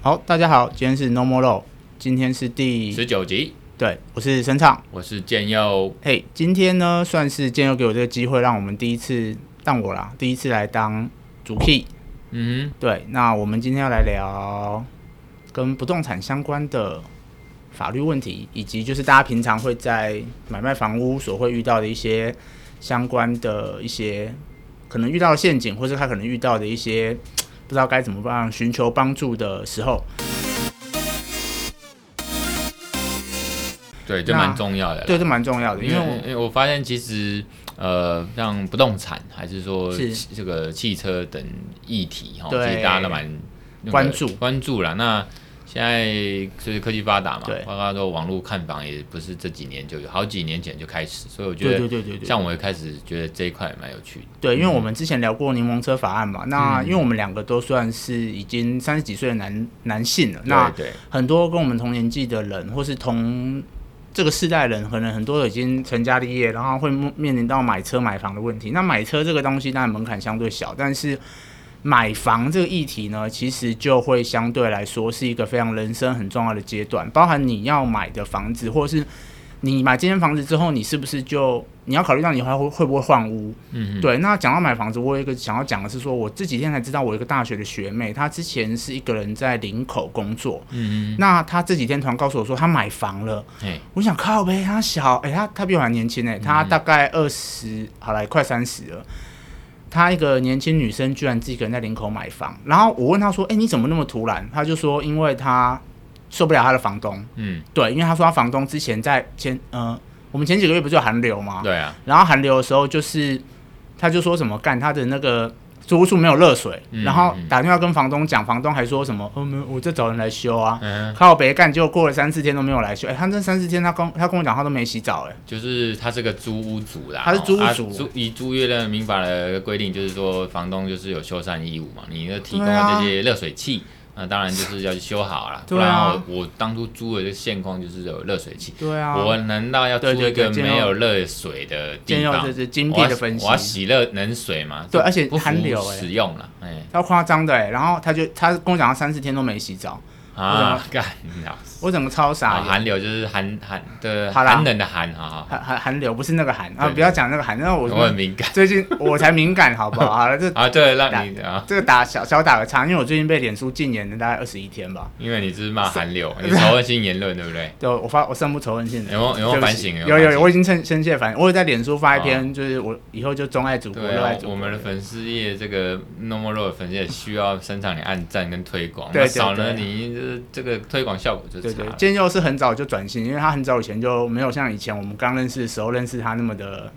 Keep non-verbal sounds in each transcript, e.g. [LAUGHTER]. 好，大家好，今天是 No More Roll，今天是第十九集，对，我是申畅。我是建佑。嘿、今天呢算是建佑给我这个机会，让我们第一次让我啦，第一次来当主 key。嗯对，那我们今天要来聊跟不动产相关的法律问题，以及就是大家平常会在买卖房屋所会遇到的一些相关的一些可能遇到的陷阱，或是他可能遇到的一些不知道该怎么办寻求帮助的时候。哼，对，这那蛮重要的啦。对，这蛮重要的，因因为为我因为我发现其实呃，像不动产还是说是汽这个汽车等议题哈，对其实大家都蛮那个关注关注啦。那现在就是科技发达嘛对，包括说网络看房也不是这几年就有，好几年前就开始，所以我觉对得对对对对，像我嗯也开始觉得这一块蛮有趣的。对，因为我们之前聊过柠檬车法案嘛，嗯那因为我们两个都算是已经三十几岁的男男性了，那对对很多跟我们同年纪的人，或是同这个世代的人，可能很多已经成家立业，然后会面面临到买车买房的问题。那买车这个东西，当然门槛相对小，但是买房这个议题呢，其实就会相对来说是一个非常人生很重要的阶段，包含你要买的房子，或是你买这间房子之后，你是不是就你要考虑到你还会会不会换屋？嗯对。那讲到买房子，我有一个想要讲的是说，我这几天才知道，我有一个大学的学妹，她之前是一个人在林口工作，嗯那他这几天突然告诉我说他买房了，嗯，嘿，我想靠呗，他小，哎、他他比我还年嗯轻哎、他大概二十，好了，快三十了。他一个年轻女生居然自己一个人在林口买房，然后我问他说：“哎、你怎么那么突然？”他就说：“因为他受不了他的房东，嗯，对，因为他说他房东之前在前，呃，我们前几个月不是有寒流吗？对啊，然后寒流的时候，就是他就说什么干他的那个租屋处没有热水，嗯然后嗯打电话跟房东讲，房东还说什么，嗯、没有我再找人来修啊，嗯，靠北干，结果过了三四天都没有来修。哎、他这三四天他跟他跟我讲，他都没洗澡、哎，就是他是个租屋主啦，他是租屋哦啊主租以租约的民法的规定，就是说房东就是有修缮义务嘛，你要提供对啊这些热水器，那当然就是要去修好啦，对不然啊我我当初租的这现况就是有热水器，对啊，我难道要租对对一对个建没有热水的今地天要方这？是金我币要的分析我要，洗热冷水嘛？对这而且不寒流服欸使用了，哎超夸张的、哎，然后他就他跟我讲，他三四天都没洗澡，啊，干你老师我整个超啊傻眼。寒流就是寒寒的好啦寒冷的寒啊，寒寒寒流不是那个寒对啊，对不要讲那个寒，那我我很敏感最 [LAUGHS] 近我才敏感，好不好？好了，这啊，对，让你啊。这个打小小打个叉，因为我最近被脸书禁言了大概二十一天吧。因为你是骂韩流， [LAUGHS] 你仇恨性言论，对不对？对，我发我深不仇恨性的，有没有有没对有不反起省？有没有反有，省啊我已经趁深切反省，我有在脸书发一篇，就是我以后就钟爱祖国，对热爱啊，祖我国。们的粉丝页这个 normal road 粉丝也需要生产你按赞跟推广，对那对少对了你这这个推广效果就对差对，了。建佑是很早就转型，因为他很早以前就没有像以前我们刚认识的时候认识他那么的，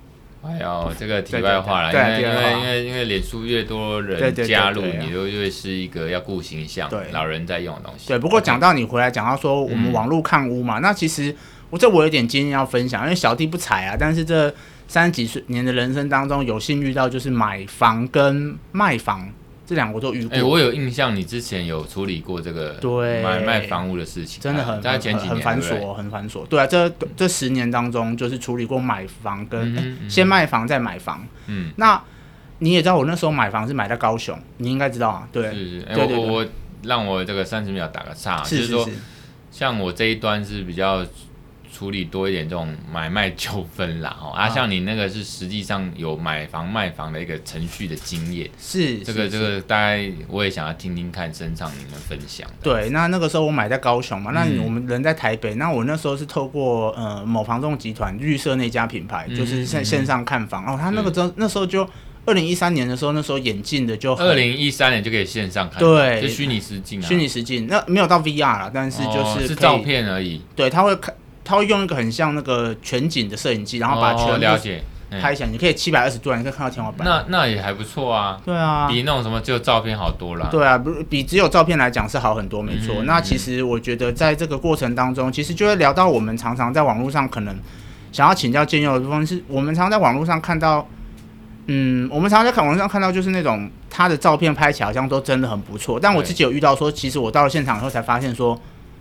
哎呦，这个题外话啦，对对因对为对啊因为因为因为脸书越多对人对对加入，对啊你就越是一个要顾形象对，老人在用的东西。对。不过 OK，讲到你回来讲到说我们网络看屋嘛，那其实我这我有点经验要分享，因为小弟不才啊，但是这三十几岁年的人生当中，有幸遇到就是买房跟卖房这两个我都遇过。哎，我有印象，你之前有处理过这个对买卖房屋的事情，真的很啊大概前几很很年繁对不对琐，很繁琐。对啊，这这十年当中，就是处理过买房跟、嗯诶嗯嗯先卖房再买房。嗯，那你也知道，我那时候买房是买在高雄，你应该知道啊。对，是是，哎对对我对我我让我这个三十秒打个岔，啊就是说是，像我这一端是比较处理多一点这种买卖纠纷啦，哦，啊，啊像你那个是实际上有买房卖房的一个程序的经验，是这个是这个大概我也想要听听看，身上你们分享的，对，那那个时候我买在高雄嘛，那嗯我们人在台北，那我那时候是透过呃某房仲集团绿色那家品牌，嗯就是线嗯线上看房哦，他那个是时候那时候就二零一三年的时候，那时候眼镜的就很二零一三年就可以线上看，对就虚拟实境啊，虚拟实境，那没有到 VR 啦，但是就哦是是可以照片而已，对，他会看，他会用一个很像那个全景的摄影机，然后把哦全了部解，嗯拍起来，你可以七百二十度啊，你可以看到天花板。那那也还不错啊，对啊，比那种什么只有照片好多啦，对啊，不比只有照片来讲是好很多，没错。嗯那其实我觉得在这个过程当中，其实就会聊到我们常常在网络上可能想要请教建佑的部分，是我们常常在网络上看到。嗯，我们常常在看网络上看到，就是那种他的照片拍起来好像都真的很不错，但我对自己有遇到说，其实我到了现场以后才发现说，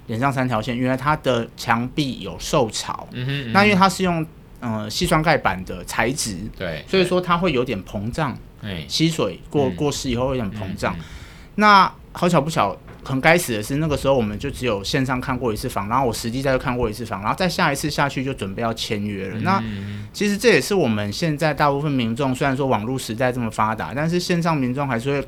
脸上三条线，原来他的墙壁有受潮，嗯哼，嗯哼那因为它是用呃细酸钙板的材质，对，所以说它会有点膨胀，哎吸水过嗯过湿以后会有点嗯膨胀。嗯那好巧不巧，很该死的是，那个时候我们就只有线上看过一次房，然后我实际再去看过一次房，然后再下一次下去就准备要签约了。嗯那其实这也是我们现在大部分民众，虽然说网络时代这么发达，但是线上民众还是会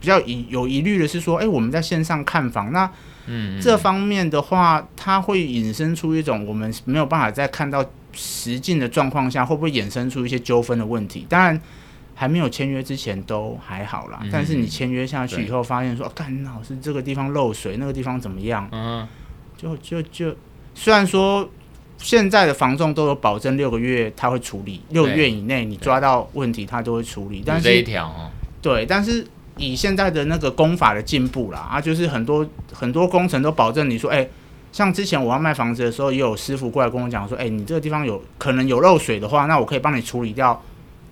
比较疑有疑虑的是说，哎、我们在线上看房，那嗯，这方面的话，它会引申出一种我们没有办法在看到实境的状况下，会不会衍生出一些纠纷的问题？当然，还没有签约之前都还好啦，嗯但是你签约下去对以后，发现说，哦干、老师这个地方漏水，那个地方怎么样？嗯就就就，虽然说现在的房仲都有保证六个月他会处理，六个对月以内你抓到问题他都会处理，但有是这一条哦，对，但是以现在的那个工法的进步啦，啊，就是很多很多工程都保证你说，哎、像之前我要卖房子的时候，也有师傅过来跟我讲说，哎、你这个地方有可能有漏水的话，那我可以帮你处理掉，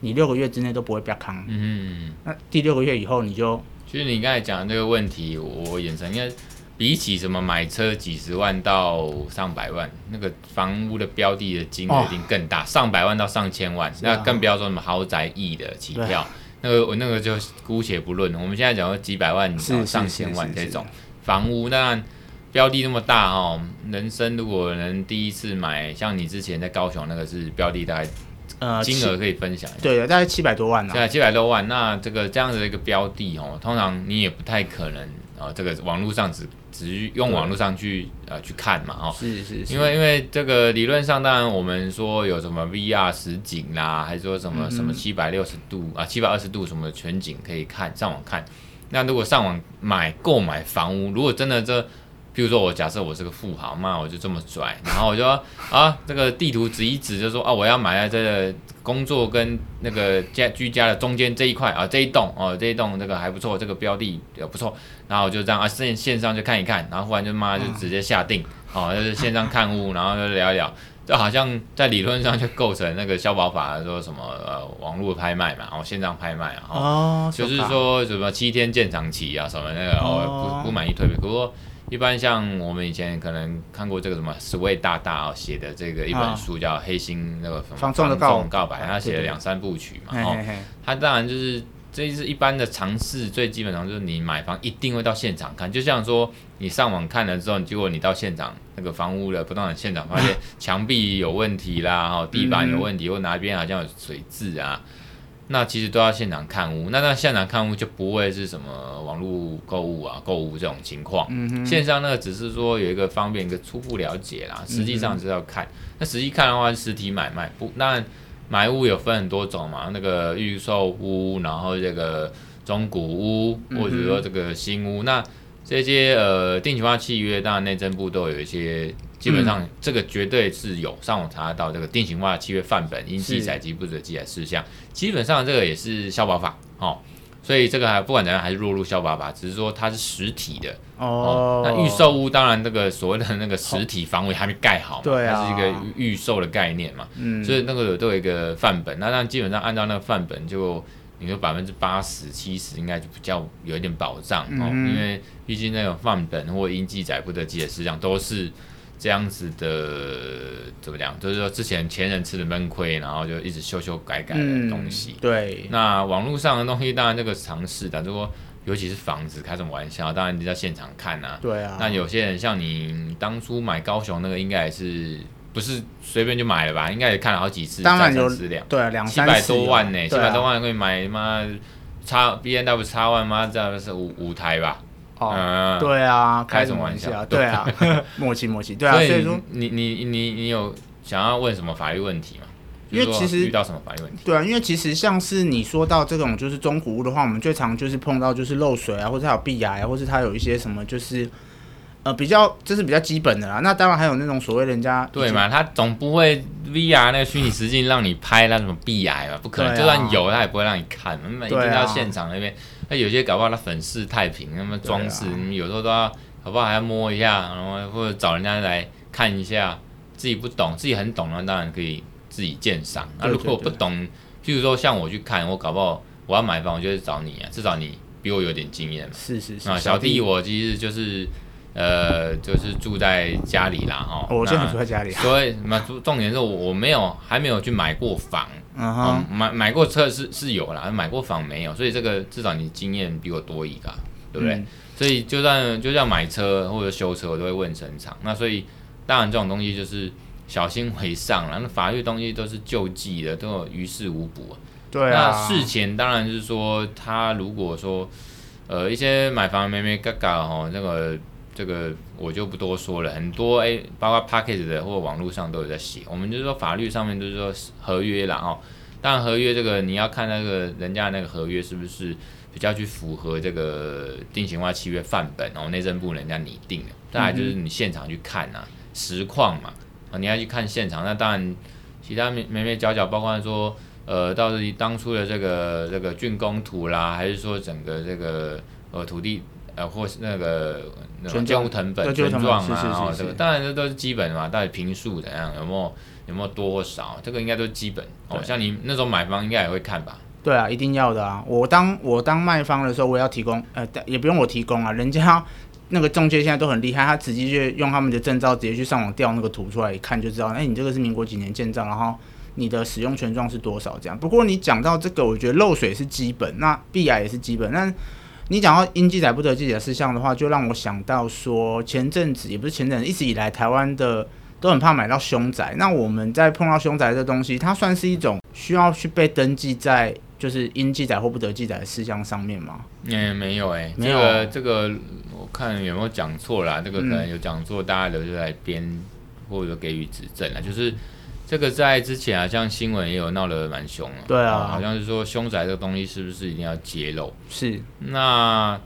你六个月之内都不会被坑。嗯。那第六个月以后你就其实你刚才讲的这个问题，我眼神应该比起什么买车几十万到上百万，那个房屋的标的的金额哦一定更大，上百万到上千万，啊那更不要说什么豪宅亿的起对跳。那个我那个就姑且不论，我们现在讲说几百万是到是上是千万是这是种房屋，那标的那么大哦，人生如果能第一次买，像你之前在高雄那个是标的，大概呃金七额可以分享一下。对的，大概七百多万啦、对啊，七百多万，那这个这样子的一个标的哦，通常你也不太可能啊、呃这个网络上只只用网络上去呃去看嘛哦，是是是，因为因为这个理论上，当然我们说有什么 VR 实景啦，还是说什么什么七百六十度啊、七百二十度什么全景可以看，上网看。那如果上网买购买房屋，如果真的这，比如说我假设我是个富豪嘛，我就这么拽，然后我就说啊，这个地图指一指，就说啊，我要买在这个工作跟那个家居家的中间这一块啊，这一栋哦，这一栋这个还不错，这个标的也不错，然后我就这样啊，线线上就看一看，然后忽然就妈就直接下定。哦，就是线上看屋， [LAUGHS] 然后就聊一聊，这好像在理论上就构成那个消保法说什么呃网络拍卖嘛，然、后线上拍卖啊，哦，哦，就是吧，说什么七天鉴赏期啊什么那个哦哦不不满意退费，不过。一般像我们以前可能看过这个什么十位大大哦写的这个一本啊书叫《黑心那个什么房仲的告啊告告白》，他写了两三部曲嘛，嘿哦嘿，嘿，他当然就是这是一般的尝试，最基本上就是你买房一定会到现场看，就像说你上网看了之后，结果你到现场那个房屋的不动产现场，发现墙壁有问题啦，哦，地板有问题，或哪边好像有水渍啊。那其实都要现场看屋，那那现场看屋就不会是什么网络购物啊、购物这种情况。嗯哼，线上那个只是说有一个方便一个初步了解啦，实际上是要看。那实际看的话，是实体买卖不？那买屋有分很多种嘛，那个预售屋，然后这个中古屋，或者说这个新屋。那这些呃定型化契约，当然内政部都有一些，基本上这个绝对是有上网查得到这个定型化契约范本应记是载及不得记载事项，基本上这个也是消保法哦。所以这个还不管怎样还是落入消保法，只是说它是实体的，哦哦，，那预售屋当然那个所谓的那个实体房屋也还没盖好嘛，对啊它是一个预售的概念嘛，嗯所以那个有都有一个范本，那那基本上按照那个范本就。你说百分之八十、七十应该就比较有一点保障哦，嗯因为毕竟那种范本或应记载不得记的事项都是这样子的，怎么讲？就是说之前前人吃的闷亏，然后就一直修修改改的东西嗯。对，那网络上的东西当然这个尝试的，如果尤其是房子开什么玩笑，当然你在现场看啊。对啊，那有些人像你当初买高雄那个，应该也是不是随便就买了吧？应该也看了好几次，当然有有质量，对啊两七三百十多万呢、有七对啊百多万可以买妈叉 B N W 叉万妈这样是五五台吧？哦，嗯，对啊，开开什什么么玩玩笑笑？对啊， [LAUGHS] 默契默契，对啊，所所以以说，你你你你有想要问什么法律问题吗？因为就是说其实遇到什么法律问题？对啊，因为其实像是你说到这种就是中古屋的话，我们最常就是碰到就是漏水啊，或者还有壁癌啊，或是它有一些什么就是呃比较这是比较基本的啦。那当然还有那种所谓人家对嘛，他总不会 VR 那个虚拟实境让你拍那什么 B I 吧？不可能，对啊就算有他也不会让你看，那么一定对啊要现场那边。那有些搞不好他粉饰太平，那么装饰，对嗯啊你有时候都要搞不好还要摸一下，然后或者找人家来看一下，自己不懂，自己很懂那当然可以自己鉴赏。那对如对果不懂，譬如说像我去看，我搞不好我要买房，我就会找你啊，至少你比我有点经验嘛。是是是啊，小弟我其实就是呃，就是住在家里啦，哦，我就那很住在家里啊，所以嘛，重重点是我我没有还没有去买过房，嗯啊、哼，买买过车是是有啦，买过房没有，所以这个至少你经验比我多一个啊、对不对？嗯所以所以就算就像买车或者修车，我都会问神厂。那所以当然这种东西就是小心为上了。那法律东西都是救济的，都有于事无补啊。对那啊，事前当然是说，他如果说，呃，一些买房妹妹嘎嘎哦，那个这个我就不多说了，很多哎、包括 p a c k a g e 的或网络上都有在写。我们就是说法律上面就是说合约啦哦，当然合约这个你要看那个人家那个合约是不是比较去符合这个定型化契约范本哦，内政部人家拟定的。再来就是你现场去看啊，实况嘛，啊你要去看现场，那当然其他眉眉眉角角，包括说。呃，到底当初的这个这个竣工图啦，还是说整个这个呃土地呃，或是那个那种权建状物成本、对权建物成本状是是是啊，哦，是这个当然这都是基本的嘛，到底平数怎样，有没有有没有多或少，这个应该都是基本。哦，对像你那时候买房应该也会看吧？对啊，一定要的啊！我当我当卖方的时候，我也要提供，呃，但也不用我提供啊，人家 [LAUGHS] 那个中介现在都很厉害，他直接就用他们的证照直接去上网调那个图出来一看就知道，哎、你这个是民国几年建造，然后你的使用权状是多少这样。不过你讲到这个，我觉得漏水是基本，那必然也是基本，那。你讲到因记载不得记载事项的话，就让我想到说，前阵子也不是前阵子，一直以来台湾的都很怕买到凶宅。那我们在碰到凶宅这东西，它算是一种需要去被登记在就是应记载或不得记载的事项上面吗？嗯，没有哎、没有这啊个这个我看有没有讲错啦，这个可嗯能有讲错，大家留下来编或者给予指正啦，就是。这个在之前好像新闻也有闹得蛮凶了，对啊哦好像是说凶宅这个东西是不是一定要揭露？是，那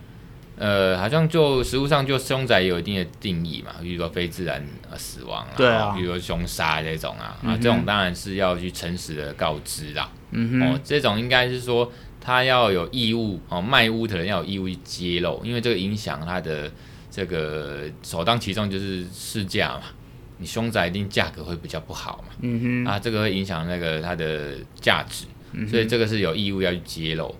呃，好像就实物上就凶宅也有一定的定义嘛，比如说非自然呃死亡啊，对啊比如说凶杀这种啊，嗯啊哼这种当然是要去诚实的告知啦。嗯哼，哦，这种应该是说他要有义务哦，卖屋的人要有义务去揭露，因为这个影响他的这个首当其冲就是市价嘛，你凶宅一定价格会比较不好嘛。嗯哼，啊，这个会影响那个它的价值，嗯哼所以这个是有义务要去揭露。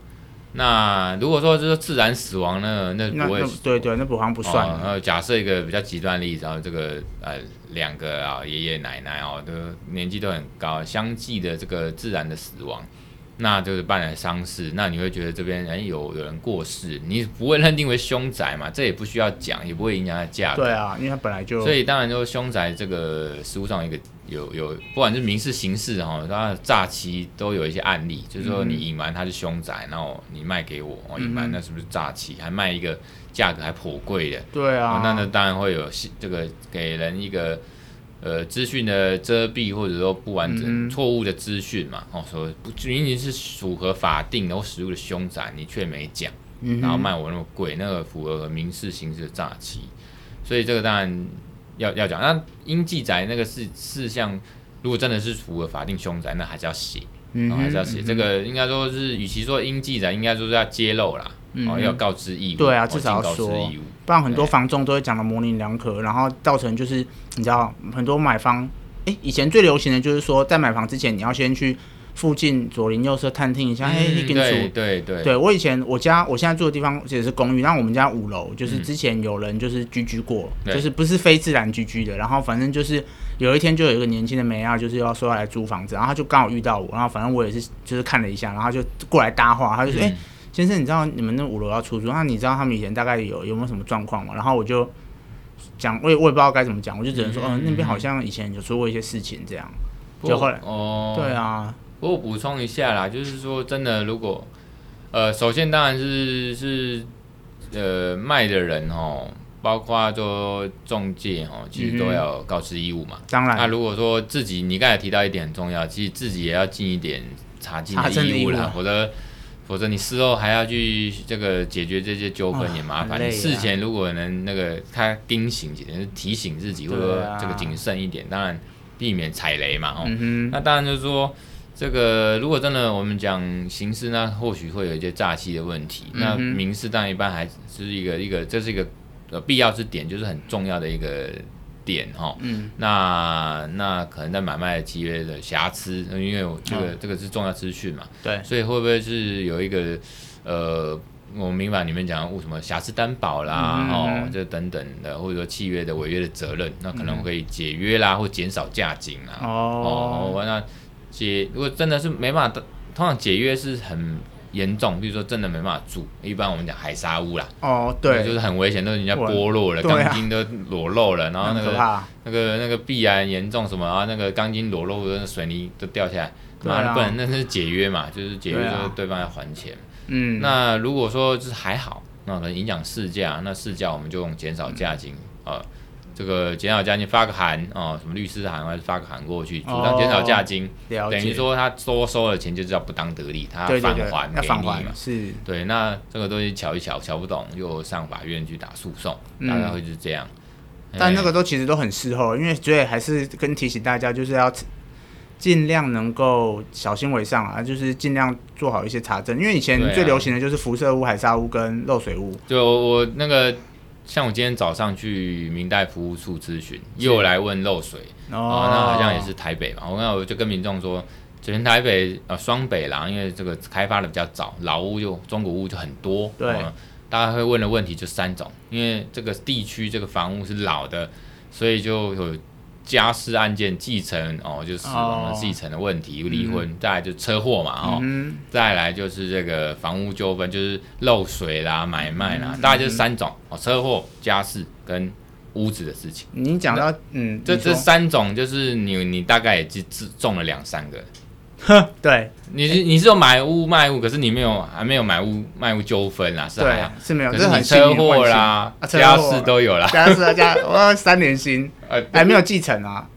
那如果说就是自然死亡呢，那那不会那对对，那补偿不算哦了。然后假设一个比较极端例子，然后这个呃两个啊爷爷奶奶哦都年纪都很高，相继的这个自然的死亡，那就是办了丧事，那你会觉得这边哎有有人过世，你不会认定为凶宅嘛？这也不需要讲，也不会影响它的价格。对啊，因为它本来就所以当然就是凶宅这个实务上一个有有，不管是民事、刑事哈，它诈欺都有一些案例，就是嗯说你隐瞒它是凶宅，然后你卖给我，哦，隐瞒那是不是诈欺？还卖一个价格还颇贵的，对哦啊，那那当然会有信这个给人一个呃资讯的遮蔽，或者说不完整、嗯哼错误的资讯嘛，哦，说不明明是符合法定然后实物的凶宅，你却没讲。嗯然后哼，卖我那么贵，那个符合民事、刑事的诈欺，所以这个当然要要讲。那应记载那个事事项，如果真的是符合法定凶宅，那还是要写，嗯哼然后还是要写。这个应该说是，与其说应记载，应该说是要揭露啦，嗯哦，要告知义务，对啊哦至少要尽告知说义务。不然很多房仲都会讲的模棱两可，然后造成就是你知道很多买方，诶，以前最流行的就是说在买房之前你要先去附近左邻右舍探听一下，哎、嗯你跟对住。对对，对我以前我家我现在住的地方也是公寓，那我们家五楼就是之前有人就是居居过，嗯对就是不是非自然居居的，然后反正就是有一天就有一个年轻的梅亚就是要说要来租房子，然后他就刚好遇到我，然后反正我也是就是看了一下，然后他就过来搭话，他就说哎、嗯先生，你知道你们那五楼要出租，那你知道他们以前大概有有没有什么状况吗？然后我就讲，我也我也不知道该怎么讲，我就只能说，嗯嗯、那边好像以前有出过一些事情这样。不过就后来哦，对啊，不过我补充一下啦，就是说真的，如果呃，首先当然是是呃卖的人哦，包括说中介哦，其嗯实都要有告知义务嘛。当那、然，如果说自己，你刚才提到一点很重要，其实自己也要尽一点查禁查证的义义务务啦啊，否则否则你事后还要去这个解决这些纠啊纷也麻烦。很累你啊事前如果能那个他叮醒几点，提醒自己，或者对说啊这个谨慎一点，当然避免踩雷嘛哦。嗯哼，那当然就是说，这个如果真的我们讲刑事，那或许会有一些诈欺的问题。嗯哼那民事当然一般还是一个一个，这是一个呃必要之点，就是很重要的一个点哈。嗯，那那可能在买卖契约的瑕疵，因为我这个、哦这个是重要资讯嘛，对，所以会不会是有一个呃，我明白你们讲为什么瑕疵担保啦嗯，嗯哦，这等等的，或者说契约的违约的责任，那可能会解约啦，或减少价金啊啦。哦，哦，那解如果真的是没办法，通常解约是很严重，比如说真的没办法住，一般我们讲海沙屋啦，哦，对，就是很危险，都是人家我剥落了，对啊钢筋都裸露了，然后那很可个怕。那个那个必然严重什么，然后那个钢筋裸露，那个水泥都掉下来，对啊妈的，不然那是解约嘛，就是解约对啊就是对方要还钱。嗯，那如果说就是还好，那可能影响市价，那市价我们就用减少价金啊、呃这个减少价金发个函啊、呃什么律师函还是发个函过去，主哦张减少价金，了解，等于说他多收了钱就叫不当得利，他对对返对，还要给返你嘛还。是对，那这个东西瞧一瞧，瞧不懂就上法院去打诉讼，嗯大概会是这样。但那哎个都其实都很事后，因为所以还是跟提醒大家，就是要尽量能够小心为上啊，就是尽量做好一些查证。因为以前对啊最流行的就是辐射屋、海沙屋跟漏水屋，就我我那个，像我今天早上去明代服务处咨询，是又来问漏水哦，啊、那好像也是台北嘛。我那我就跟民众说，全台北呃双北啦，因为这个开发的比较早，老屋就中古屋就很多，对哦大家会问的问题就三种，因为这个地区这个房屋是老的，所以就有。家事案件、继承哦，就死亡的哦继承的问题、离婚，再来就车祸嘛哦，嗯再来就是这个房屋纠纷，就是漏水啦、买卖嗯啦，大概就是三种哦，车祸、家事跟屋子的事情。哼，你讲到嗯，这你说这三种就是你你大概也只只中了两三个。 [LAUGHS] 对你是你是有买屋卖屋，可是你没有还没有买屋卖屋纠纷啦，是还对好。是没有，可这是你很车幸运祸，啦、啊车祸家事都有啦惯性。加是加我三连 [LAUGHS] 星，呃，还没有继承啊。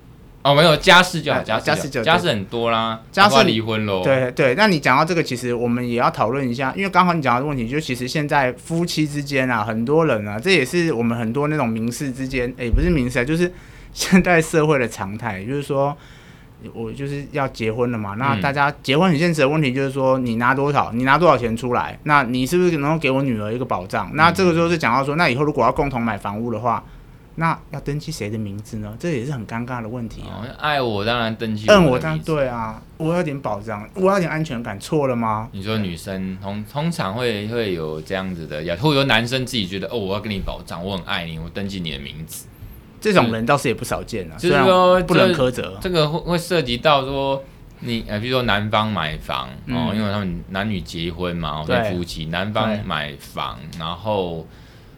哦，没有家事就好，哎家家事事就就好家事很多啦，家事包括离婚喽。对对，那你讲到这个，其实我们也要讨论一下，因为刚好你讲到的问题，就其实现在夫妻之间啊，很多人啊，这也是我们很多那种民事之间，诶，不是民事啊，就是现代社会的常态，就是说。我就是要结婚了嘛，那嗯大家结婚很现实的问题就是说，你拿多少，你拿多少钱出来，那你是不是能够给我女儿一个保障？那这个就是讲到说，那以后如果要共同买房屋的话，那要登记谁的名字呢？这也是很尴尬的问题啊。哦，爱我当然登记的嗯，名字。我当对啊，我要点保障，我要点安全感，错了吗？你说女生通通常会会有这样子的要求，或者说男生自己觉得哦，我要跟你保障，我很爱你，我登记你的名字，这种人倒是也不少见啊，就是虽然说不能苛责。这个会会涉及到说你呃，比如说男方买房哦，嗯因为他们男女结婚嘛，哦对对夫妻，男方对买房，然后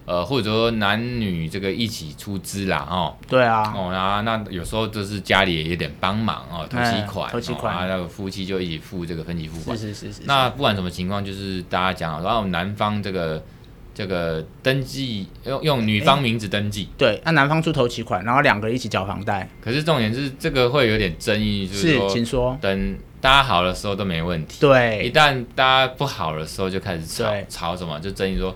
呃，或者说男女这个一起出资啦哦，对啊，哦，然后那有时候就是家里也有点帮忙哦，头期哎款，头期款哦啊，那个夫妻就一起付这个分期付款是。是是是。那不管什么情况，就是大家讲好，哦然后男方这个这个登记用用女方名字登记，对，那男方出头期款，然后两个一起缴房贷，可是重点是这个会有点争议，就是是，说请说。等大家好的时候都没问题，一对，旦大家不好的时候就开始吵对吵什么，就争议说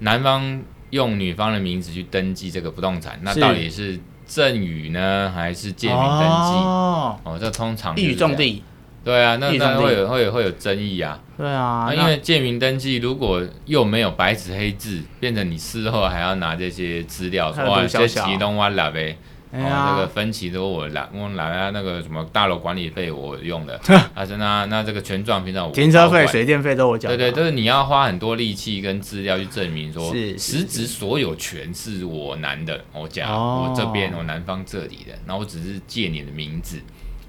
男方用女方的名字去登记这个不动产，那是到底是赠与呢，还是借名登记？哦，哦，这通常一语就是这样中，的。对啊，那一语中那的会有会有会有争议啊。对啊，啊，那因为建名登记如果又没有白纸黑字，变成你事后还要拿这些资料说还有哇，陆小这小期东我拿呗，哎哦，那个呀，分期都我拿，我拿啊那个什么大楼管理费我 [LAUGHS] 用的，啊，是那那这个权状凭证我停车保管费、水电费都我缴对的。对，就是你要花很多力气跟资料去证明说，是是实质所有权是我男的，我家、哦我这边我男方这里的，然后我只是借你的名字，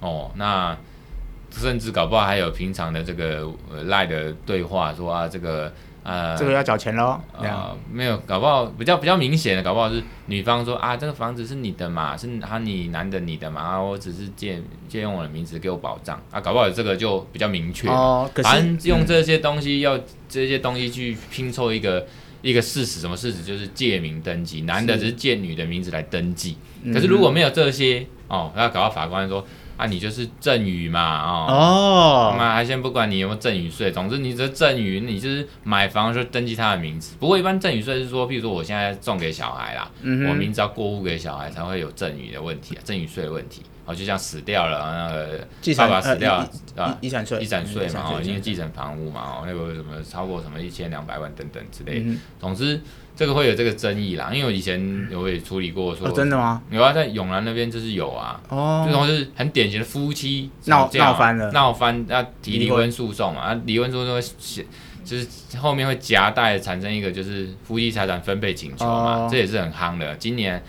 哦，那甚至搞不好还有平常的这个呃赖的对话说啊，这个呃这个要缴钱喽。这样啊，没有，搞不好比较比较明显的，搞不好是女方说啊，这个房子是你的嘛，是啊你男的你的嘛，啊我只是借借用我的名字给我保障啊，搞不好这个就比较明确嘛哦，可反正是嗯用这些东西要这些东西去拼凑一个一个事实，什么事实就是借名登记，男的是只是借女的名字来登记。嗯可是如果没有这些哦，那搞到法官说啊，你就是赠与嘛，哦。哦，妈，还啊先不管你有没有赠与税，总之你这赠与，你就是买房的时候登记他的名字。不过一般赠与税是说，譬如说我现在送给小孩啦，嗯我哼名字要过户给小孩才会有赠与的问题啊，赠与税的问题。哦，就像死掉了，那个继承爸爸呃死掉了遗啊，遗遗产税，遗产税嘛，哦，遗产因为嗯税继承房屋嘛，哦，那个什么超过什么一千两百万等等之类的。嗯总之，这个会有这个争议啦，因为我以前我也处理过说，哦，真的吗？有啊，在永兰那边就是有啊，哦这，种就是很典型的夫妻闹吵架嘛闹翻了啊闹翻要提离离婚婚诉讼嘛，啊，离婚诉讼会写就是后面会夹带产生一个就是夫妻财产分配请求嘛，哦这也是很夯的，今年。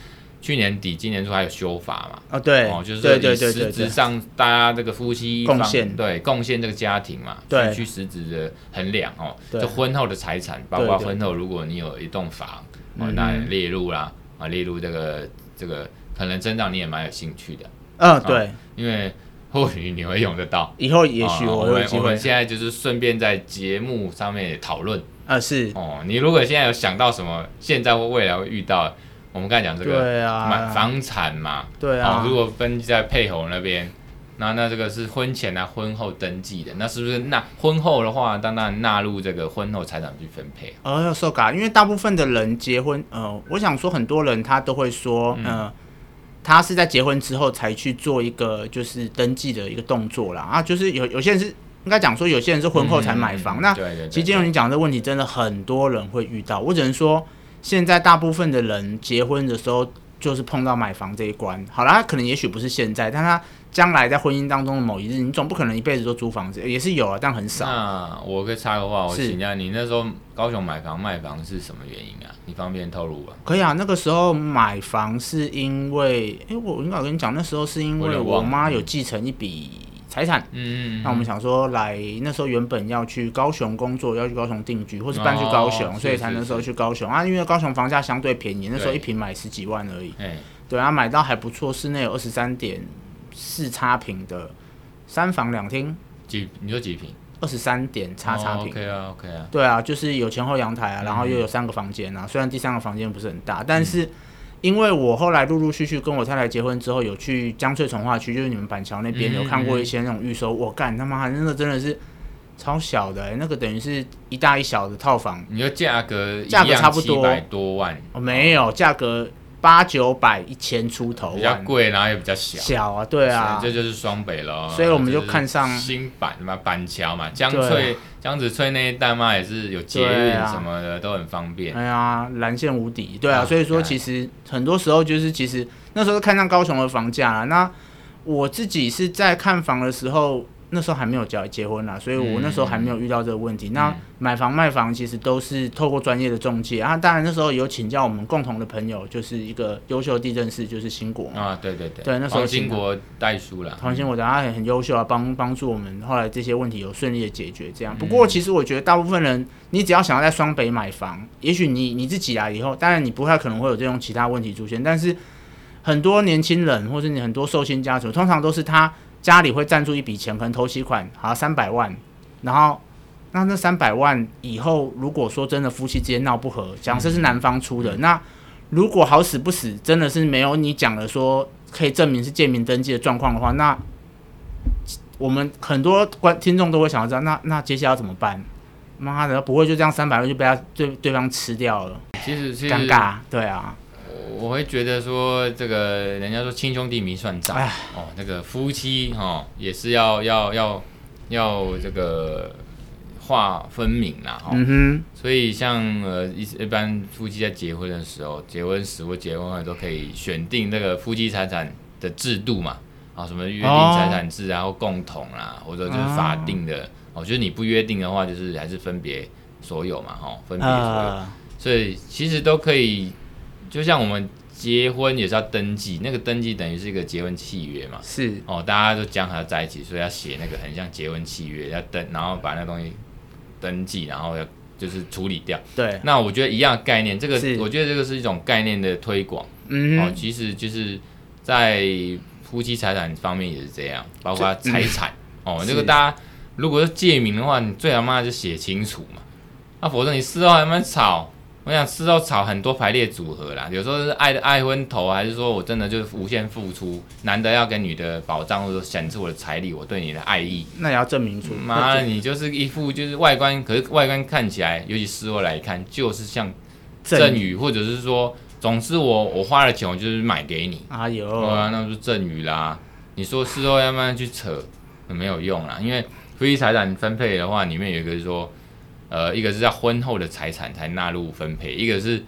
去年底、今年初还有修法嘛，哦，对，哦，就是对说对以对实对质对，上大家这个夫妻方贡献对贡献这个家庭嘛，对去去实质的衡量哦，对这婚后的财产，包对括对婚后如果你有一栋房哦，嗯那也列入啦啊，列入这个这个，可能真让你也蛮有兴趣的，嗯，对，因为或许你会用得到。以后也许哦我们有机我会们，现在就是顺便在节目上面也讨论啊，是，哦。你如果现在有想到什么，现在或未来会遇到，我们刚才讲这个对买啊，房产嘛，对哦，啊如，果分在配偶那边，那那这个是婚前啊、婚后登记的，那是不是那婚后的话，当然纳入这个婚后财产去分配啊？哦，要受嘎，因为大部分的人结婚，呃，我想说很多人他都会说，嗯呃，他是在结婚之后才去做一个就是登记的一个动作啦，啊，就是有有些人是应该讲说有些人是婚后才买房，嗯那对对对其实金融对你讲这个问题，真的很多人会遇到。我只能说，现在大部分的人结婚的时候，就是碰到买房这一关。好了，他可能也许不是现在，但他将来在婚姻当中的某一日，你总不可能一辈子都租房子，也是有啊，但很少。那我可以插个话，我是请教你，那时候高雄买房卖房是什么原因啊？你方便透露吗？可以啊，那个时候买房是因为，哎、我应该有跟你讲，那时候是因我为有点我忘了嗯妈有继承一笔财产。嗯嗯嗯，那我们想说来，那时候原本要去高雄工作，要去高雄定居，或是搬去高雄，哦所以是才是那时候是去高雄啊。因为高雄房价相对便宜，那时候对一平买十几万而已。哎，对啊，买到还不错，室内有二十三点四差平的三房两厅，几你说几平？二十三点差差哦平。 ，OK 啊，OK 啊，对啊，就是有前后阳台啊，然后又嗯有三个房间啊。虽然第三个房间不是很大，但是因为我后来陆陆续续跟我太太结婚之后，有去江翠从化区，就是你们板桥那边、嗯有看过一些那种预售，我干他妈那个真的是超小的、欸，那个等于是一大一小的套房，你说价格一价格样差不七多百多万，哦、没有价格八九百一千出头比较万，贵，然后也比较小。小啊，对啊，所以这就是双北了。所以我们这就看上是新板嘛，板桥嘛，江对啊翠、江子翠那一带嘛，也是有捷对运啊什么的，都很方便。哎呀，蓝线无敌，对啊，啊所以说哎其实很多时候就是其实那时候看上高雄的房价啦。那我自己是在看房的时候，那时候还没有结结婚啦，所以我嗯那时候还没有遇到这个问题。那嗯买房卖房其实都是透过专业的中介啊，当然那时候有请教我们共同的朋友，就是一个优秀的地震师，就是新国嘛。啊，对对对，对那时候黄金国代书啦，黄兴，我觉得他很很优秀啊，帮帮助我们后来这些问题有顺利的解决。这样，不过其实我觉得大部分人，你只要想要在双北买房，也许你你自己啊，以后当然你不太可能会有这种其他问题出现，但是很多年轻人或是你很多寿星家属，通常都是他家里会赞助一笔钱，可能头期款好像三百万，然后。那那三百万以后，如果说真的夫妻之间闹不和，假设是男方出的，那如果好死不死真的是没有你讲的说可以证明是借名登记的状况的话，那我们很多观听众都会想要知道，那那接下来要怎么办？妈的，不会就这样三百万就被他对对方吃掉了，其实其实尴尬。对啊，我。我会觉得说，这个人家说亲兄弟明算账哎哦，那个夫妻哦也是要要要要这个划分明啦哦。嗯所以像呃一一般夫妻在结婚的时候，结婚时或结婚后都可以选定那个夫妻财产的制度嘛，啊什么约定财产制啊，然后共同啦，哦或者就是法定的，哦，就是你不约定的话，就是还是分别所有嘛，哈，分哼，别所有，呃，所以其实都可以，就像我们结婚也是要登记，那个登记等于是一个结婚契约嘛，是哦，大家都讲好要在一起，所以要写那个很像结婚契约，要登，然后把那东西登记，然后要就是处理掉。对，那我觉得一样的概念，这个是我觉得这个是一种概念的推广、嗯哦，哼，其实就是在夫妻财产方面也是这样，包括财产、哦，是这个大家如果是借名的话，你最好嘛就写清楚嘛，啊，否则你事后还蛮吵。我想事后吵很多排列组合啦，有时候是爱的爱昏头，啊还是说我真的就是无限付出，男的要跟女的保障，或者显示我的财力，我对你的爱意，那也要证明出，妈，你就是一副就是外观，可是外观看起来，尤其事后来看，就是像赠证与，或者是说，总之我我花了钱，我就是买给你，啊有，对啊，那就是赠与啦。你说事后要慢慢去扯，没有用啦，因为夫妻财产分配的话，里面有一个是说，呃，一个是在婚后的财产才纳入分配，一个是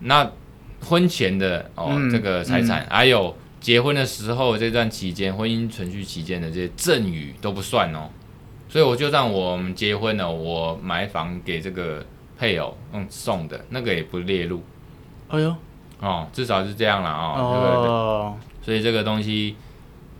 那婚前的哦、嗯这个财产，还有结婚的时候这段期间，婚姻存续期间的这些赠与都不算哦。所以我就算我们结婚了，我买房给这个配偶嗯送的那个也不列入。哎呦，哦，至少是这样了哦。对不对哦，所以这个东西，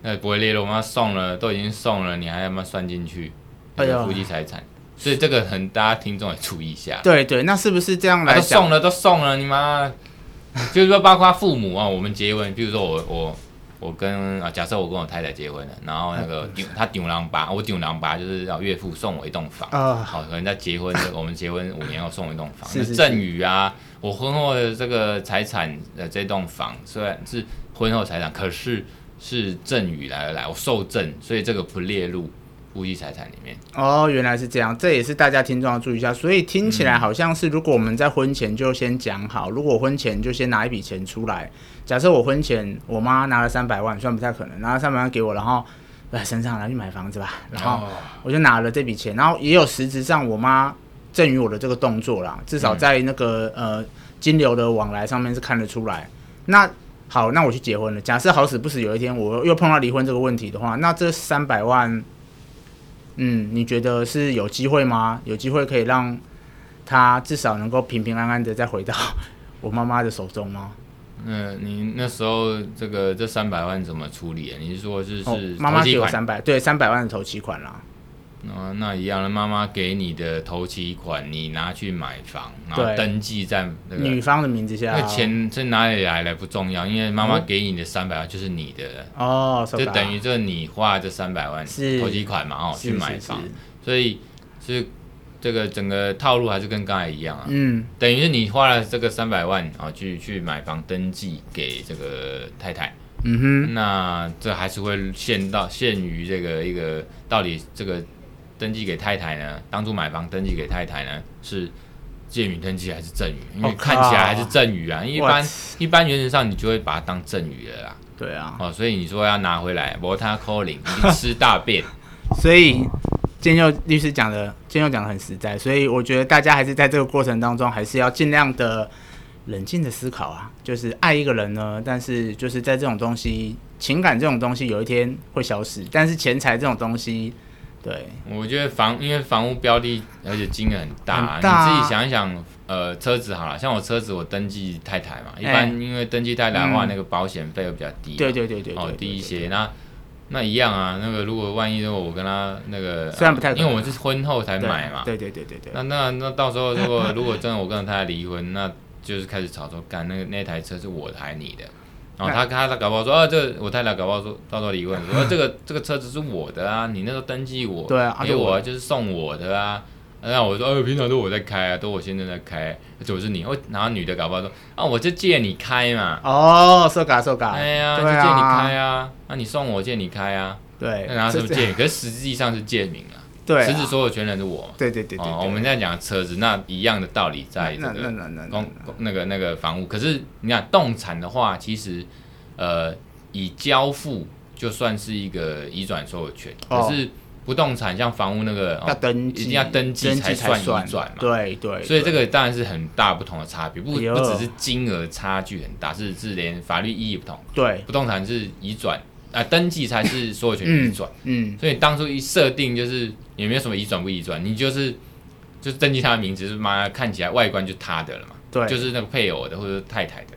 呃那不会列入，那送了都已经送了，你还要不要算进去？哎呦夫妻财产，所以这个很大家听众也注意一下。对对，那是不是这样啊、来都讲？送了，都送了，你妈， [LAUGHS] 就是说包括父母啊，我们结婚，比如说我我我跟啊，假设我跟我太太结婚了，然后 [LAUGHS] 那个丢他丢狼拔，我丢狼拔就是要岳父送我一栋房，啊好，可能在结婚，我们结婚五年后送我一栋房，是那是赠与啊，我婚后的这个财产的这栋房虽然是婚后财产，可是是赠与来来，我受赠，所以这个不列入夫妻财产里面。哦，原来是这样，这也是大家听众要注意一下。所以听起来好像是，如果我们在婚前就先讲好，如果婚前就先拿一笔钱出来，假设我婚前我妈拿了三百万，虽然不太可能，拿了三百万给我，然后。哎，身上拿去买房子吧，然后我就拿了这笔钱，然后也有实质上我妈赠予我的这个动作啦，至嗯少在那个、呃金流的往来上面是看得出来。那好，那我去结婚了。假设好死不死有一天我又碰到离婚这个问题的话，那这三百万，嗯，你觉得是有机会吗？有机会可以让他至少能够平平安安的再回到 [LAUGHS] 我妈妈的手中吗？嗯，你那时候这个这三百万怎么处理啊？你是说就是哦是，妈妈投期给我款？三百，对，三百万的头期款啦。哦，那一样的，妈妈给你的头期款，你拿去买房，然后对登记在那女个。方的啊哦名字下那钱是哪里来的不重要，因为妈妈给你的三百万就是你的了，哦，就等于这你花这三百万是投期款嘛，哦，去买房，是是是所以是这个整个套路还是跟刚才一样啊，嗯，等于是你花了这个三百万啊、哦去去买房登记给这个太太，嗯哼，那这还是会限到限于这个一个到底这个登记给太太呢？当初买房登记给太太呢是借与登记还是赠与？因为哦我靠看起来还是赠与啊，因为一哇般一般原则上你就会把它当赠与了啦。对啊，哦，所以你说要拿回来，不他 calling 一定吃大 [LAUGHS] 便，所以建佑律师讲的，建佑讲的很实在，所以我觉得大家还是在这个过程当中，还是要尽量的冷静的思考啊，就是爱一个人呢，但是就是在这种东西，情感这种东西有一天会消失，但是钱财这种东西，对，我觉得房因为房屋标的而且金额很大、啊，很大啊你自己想一想，呃，车子好了，像我车子我登记太太嘛，一哎般因为登记太太的话，嗯那个保险费会比较低嘛，对对对对对哦，对低对一些。那那一样啊，那个如果万一如果我跟他那个，啊虽然不太可能因为我们是婚后才对买嘛，对对对对对，那那那到时候如果如果真的我跟他离婚，那就是开始吵说，干那个那台车是我的还是你的？然后他他他搞不好说，啊，这个我太太搞不好说，到时候离婚说，啊，这个这个车子是我的啊，你那时候登记我，对啊啊给就我我啊就是送我的啊。那我说，呃，平常都我在开啊，都我先生在开，而且我是你，哦，然后女的搞不好说，啊，我就借你开嘛，哦，受嘎受嘎，哎呀，就对借你开啊，啊，那、你送我借你开啊，对，那然后是不是这借名？可是实际上是借名啊，对啊实质所有权人是我嘛。对对对对对，哦，我们现在讲车子，那一样的道理在这哦那那个那那公公那个那个房屋。可是你看动产的话，其实呃，以交付就算是一个移转所有权，哦可是不动产像房屋那个要哦，登一记，定要登记登才记算移算转嘛对对，所以这个个当然是很大不同的差别，不不哎呦只是金额差距很大，是是连法律意义不同。对，不动产是移转啊、登记才是所有权移转，嗯，所以当初一设定就是也没有什么移转不移转，你就是就是登记他的名字，就是妈看起来外观就是他的了嘛，对，就是那个配偶的或者是太太的，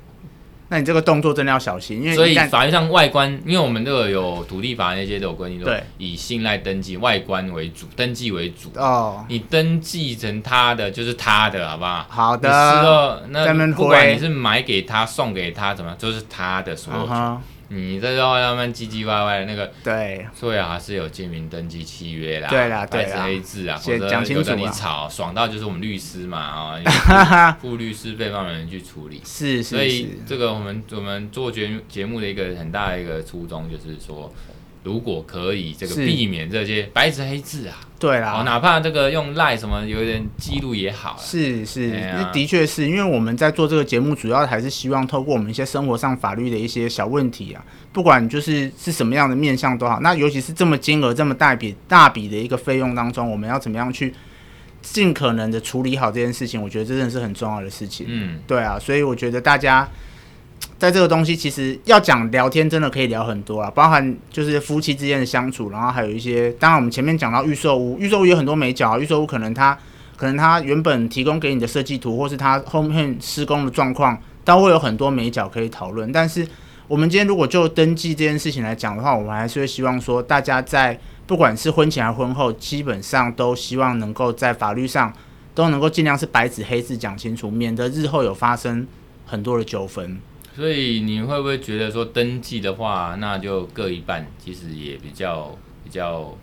那你这个动作真的要小心，因为所一以旦法律上外观，因为我们这个有土地法那些都有规定说对，以信赖登记外观为主，登记为主，哦，你登记成他的就是他的，好不好？好你吃的，了在那那边不管挥你是买给他、送给他，怎么样，就是他的所有嗯权。哼，你在这外面唧唧歪歪的那个，对， [LAUGHS] 所以啊还是有建民登记契约啦，对啦对白啦纸黑字啊，否先则讲清有楚的你啊吵，爽到就是我们律师嘛啊、哈哈，付律师被方人去处理。是所是以是，这个我们我们做节节目的一个很大的一个初衷就是说，如果可以这个是避免这些白纸黑字啊，对哦，啦，哪怕这个用赖什么有点记录也好啦，是是，哎呀那的确是因为我们在做这个节目，主要还是希望透过我们一些生活上法律的一些小问题啊，不管就是是什么样的面向都好，那尤其是这么金额这么大笔大笔的一个费用当中，我们要怎么样去尽可能的处理好这件事情，我觉得这真的是很重要的事情。嗯，对啊，所以我觉得大家在这个东西，其实要讲聊天，真的可以聊很多啊，包含就是夫妻之间的相处，然后还有一些，当然我们前面讲到预售屋，预售屋有很多美角啊，预售屋可能它可能它原本提供给你的设计图，或是它后面施工的状况，但会有很多美角可以讨论。但是我们今天如果就登记这件事情来讲的话，我们还是会希望说，大家在不管是婚前还是婚后，基本上都希望能够在法律上都能够尽量是白纸黑字讲清楚，免得日后有发生很多的纠纷。所以你会不会觉得说登记的话，那就各一半，其实也比较比较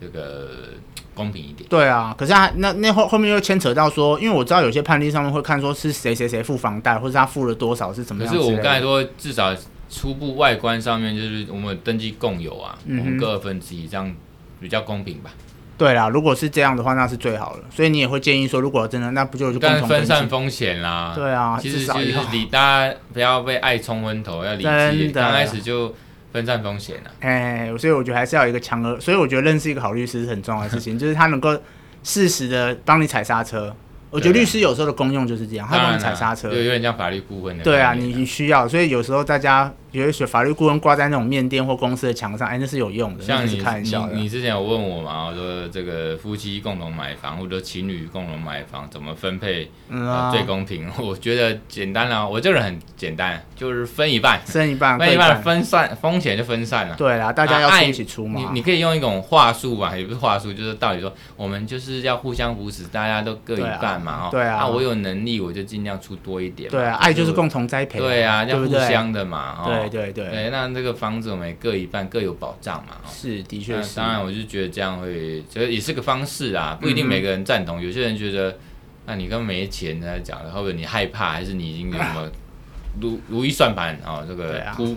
这个公平一点。对啊，可是啊，那那后后面又牵扯到说，因为我知道有些判例上面会看说是谁谁谁付房贷，或者他付了多少是怎么可样是之类的。我刚才说，至少初步外观上面就是我们登记共有啊，嗯哼我们各分之一，这样比较公平吧。对啦，如果是这样的话，那是最好了。所以你也会建议说，如果真的，那不就就共但同分散登记？风险啦。对啊，其至实少就以是后。理大家不要被爱冲昏头，要理智。真的刚开始就分散风险啊。哎、所以我觉得还是要有一个强额，所以我觉得认识一个好律师是很重要的事 [LAUGHS] 情，就是他能够适时的帮你踩刹车。我觉得对啊律师有时候的功用就是这啊样，他当帮然你踩啦刹车就。有点像法律顾问的概对念。啊，你需要，所以有时候大家有些学法律顾问挂在那种面店或公司的墙上，哎，那是有用的，那像不你是开玩笑的你。你之前有问我嘛，我说这个夫妻共同买房或者情侣共同买房怎么分配、嗯呃啊，最公平？我觉得简单啦、我这个人很简单，就是分一半，剩一半，分一各半分散风险就分散了、对啦，大家啊要爱出一起出你嘛你。可以用一种话术吧，也不是话术，就是道理说，我们就是要互相扶持，大家都各一对啊半嘛，哦，对啊我有能力我就尽量出多一点嘛，对啊，爱就是我共同栽培嘛。对啊，对要不互对？相的嘛，哦对，对对，对，那这个房子我们也各一半，各有保障嘛，哦。是的确那是。当然，我就觉得这样会，这也是个方式啊，不一定嗯哼每个人赞同。有些人觉得，那你跟没钱在讲，或者你害怕，还是你已经有什 [LAUGHS] 么如如意算盘啊、哦？这对个啊铺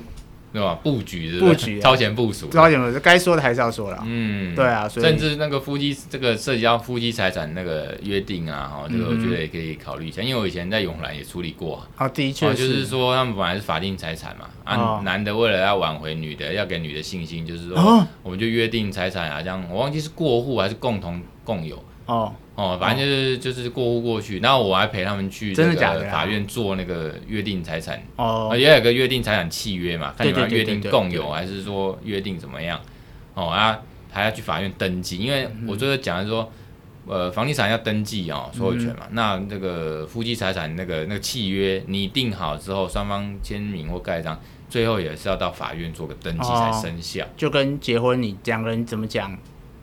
对吧？布局是布局啊超前部署不。知道有没有该说的还是要说啦。嗯，对啊所以甚至那个夫妻这个涉及到夫妻财产那个约定啊，哈、哦，这个我嗯哼觉得也可以考虑一下，因为我以前在永兰也处理过、啊。哦，的哦，确就是说他们本来是法定财产嘛，啊，哦男的为了要挽回女的，要给女的信心，就 [LAUGHS] 是说，哦我们就约定财产啊，这样我忘记是过户还是共同共有，哦，哦，反正就是、就是过户过去，然后我还陪他们去真的那个假的啊法院做那个约定财产，哦哦，，也有个约定财产契约嘛，看你们要对约对对定对对共对有还是说约定怎么样，哦啊，还要去法院登记，因嗯为我最后讲的是说。呃，房地产要登记哦，所嗯有权嘛。那那个夫妻财产那个那个契约拟定好之后，双方签名或盖章，最后也是要到法院做个登记才哦生效。就跟结婚你两个人怎么讲，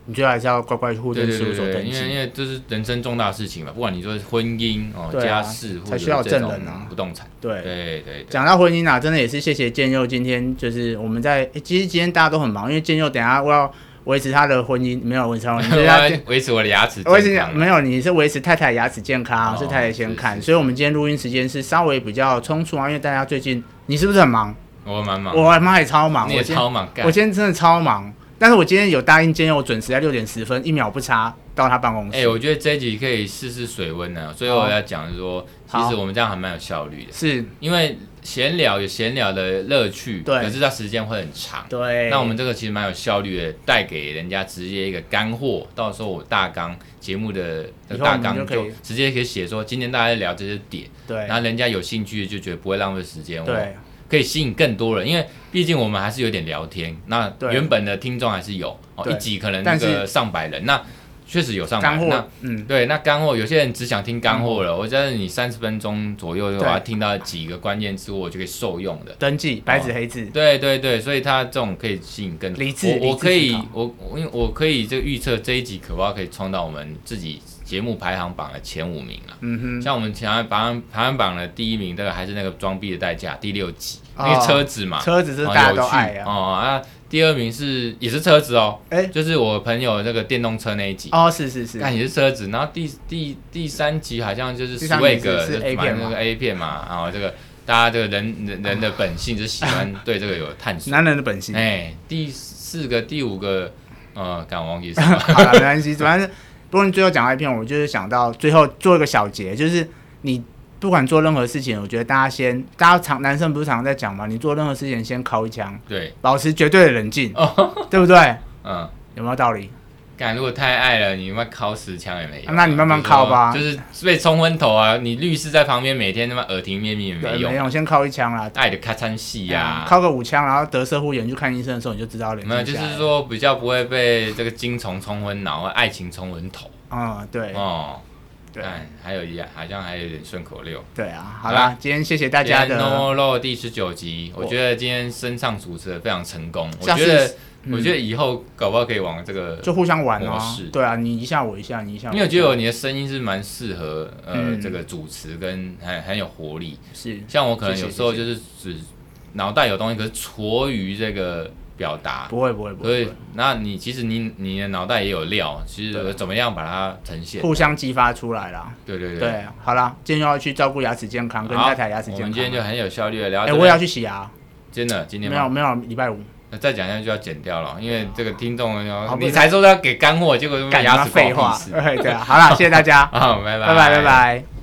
你最后还是要乖乖去户对政对事务对所对，登因为因记。为这是人生重大事情嘛，不管你说是婚姻哦、对啊家事或才者需要有是这证种人啊不动产。对，对对对，讲到婚姻啊，真的也是谢谢建佑，今天就是我们在，诶其实今天大家都很忙，因为建佑等一下我要维持他的婚姻，没有维持 [LAUGHS] 他的婚姻，我就是要他维持我的牙齿健康啊。我一直讲没有，你是维持太太牙齿健康，哦是太太先看，是是所以我们今天录音时间是稍微比较匆促啊，因为大家最近你是不是很忙？我蛮忙的，我他妈也超忙，你我也今超忙干我，今天真的超忙，但是我今天有答应，今天我准时在六点十分一秒不差到他办公室。哎、我觉得这一集可以试试水温呢、所以我要讲的是说，其好实我们这样还蛮有效率的，是，因为闲聊有闲聊的乐趣，对可是它时间会很长。对，那我们这个其实蛮有效率的，带给人家直接一个干货。到时候我大纲节目的以后大我纲们就可就以直接可以写说，今天大家在聊这些点，对然后人家有兴趣就觉得不会浪费时间，对，可以吸引更多人，因为毕竟我们还是有点聊天，那对原本的听众还是有哦，对一集可能那但是个上百人，那确实有上百干人，那货，嗯，对，那干货有些人只想听干货了，我觉得你三十分钟左右的话，对听到几个关键字，我就可以受用的。登记白啊纸黑字，对对对，所以他这种可以吸引更理智我理我智可以思考我我因为我可以这个预测这一集可不可以冲到我们自己节目排行榜的前五名啊。嗯哼，像我们前排行排行榜的第一名，这个还是那个装逼的代价第六集，哦那个车子嘛，车子是哦大家有都趣爱啊，哦啊。第二名是也是车子哦，哎就是我朋友那个电动车那一集，哦，是是是，看也是车子。然后第第第三集好像就是第三名 Swag 是是 A 买片那嘛个 A 片嘛，然后这个大家这个人人人的本性就喜欢啊对这个有探索。男人的本性。哎，第四个、第五个，呃，敢忘记什 [LAUGHS] [LAUGHS] 么？好了，没关系，反正不过你最后讲到一篇，我就是想到最后做一个小结，就是你不管做任何事情，我觉得大家先，大家常男生不是常在讲嘛，你做任何事情先敲一枪，对，保持绝对的冷静，哦对不对？嗯。有没有道理？干，如果太爱了，你他妈敲十枪也没用、啊那你慢慢敲吧就是说就是被冲昏头啊！你律师在旁边每天他妈耳提面命也没对，用没，用，先敲一枪啦。爱的咔嚓戏呀、敲个五枪，然后得射护眼去看医生的时候，你就知道冷静没有，就下来是，说比较不会被这个精虫冲昏脑，爱情冲昏头嗯，对，哦。对哎，还有一好像还有点顺口溜。对啊，好好啦啦，今天谢谢大家今天的， No Roll 第十九集，我我觉得今天升上主持的非常成功。我下次觉得，我觉得嗯以后搞不好可以往这个，就互相玩哦模式。对啊，你一下我一下，你一下我一因下。为我觉得你的声音是蛮适合呃嗯这个主持跟很很有活力。是像我可能有时候谢谢就是只脑袋有东西，可是拙于这个表达。不会不会不所会以不，那你其实你你的脑袋也有料，其对实怎么样把它呈现会，？互相激发出来啦。对对对。对，好啦，今天要去照顾牙齿健康，跟好太太牙齿我健康。们今天就很有效率的聊哎、到这我边。也要去洗牙，真的今天没吗有没有，礼拜五那再讲下去就要剪掉了，因为这个听众好不你才说要给干货，结果干牙他齿妈废挂话 [LAUGHS] 屁，事对啊，好啦，谢谢大家， [LAUGHS] 啊！拜拜拜拜拜。拜。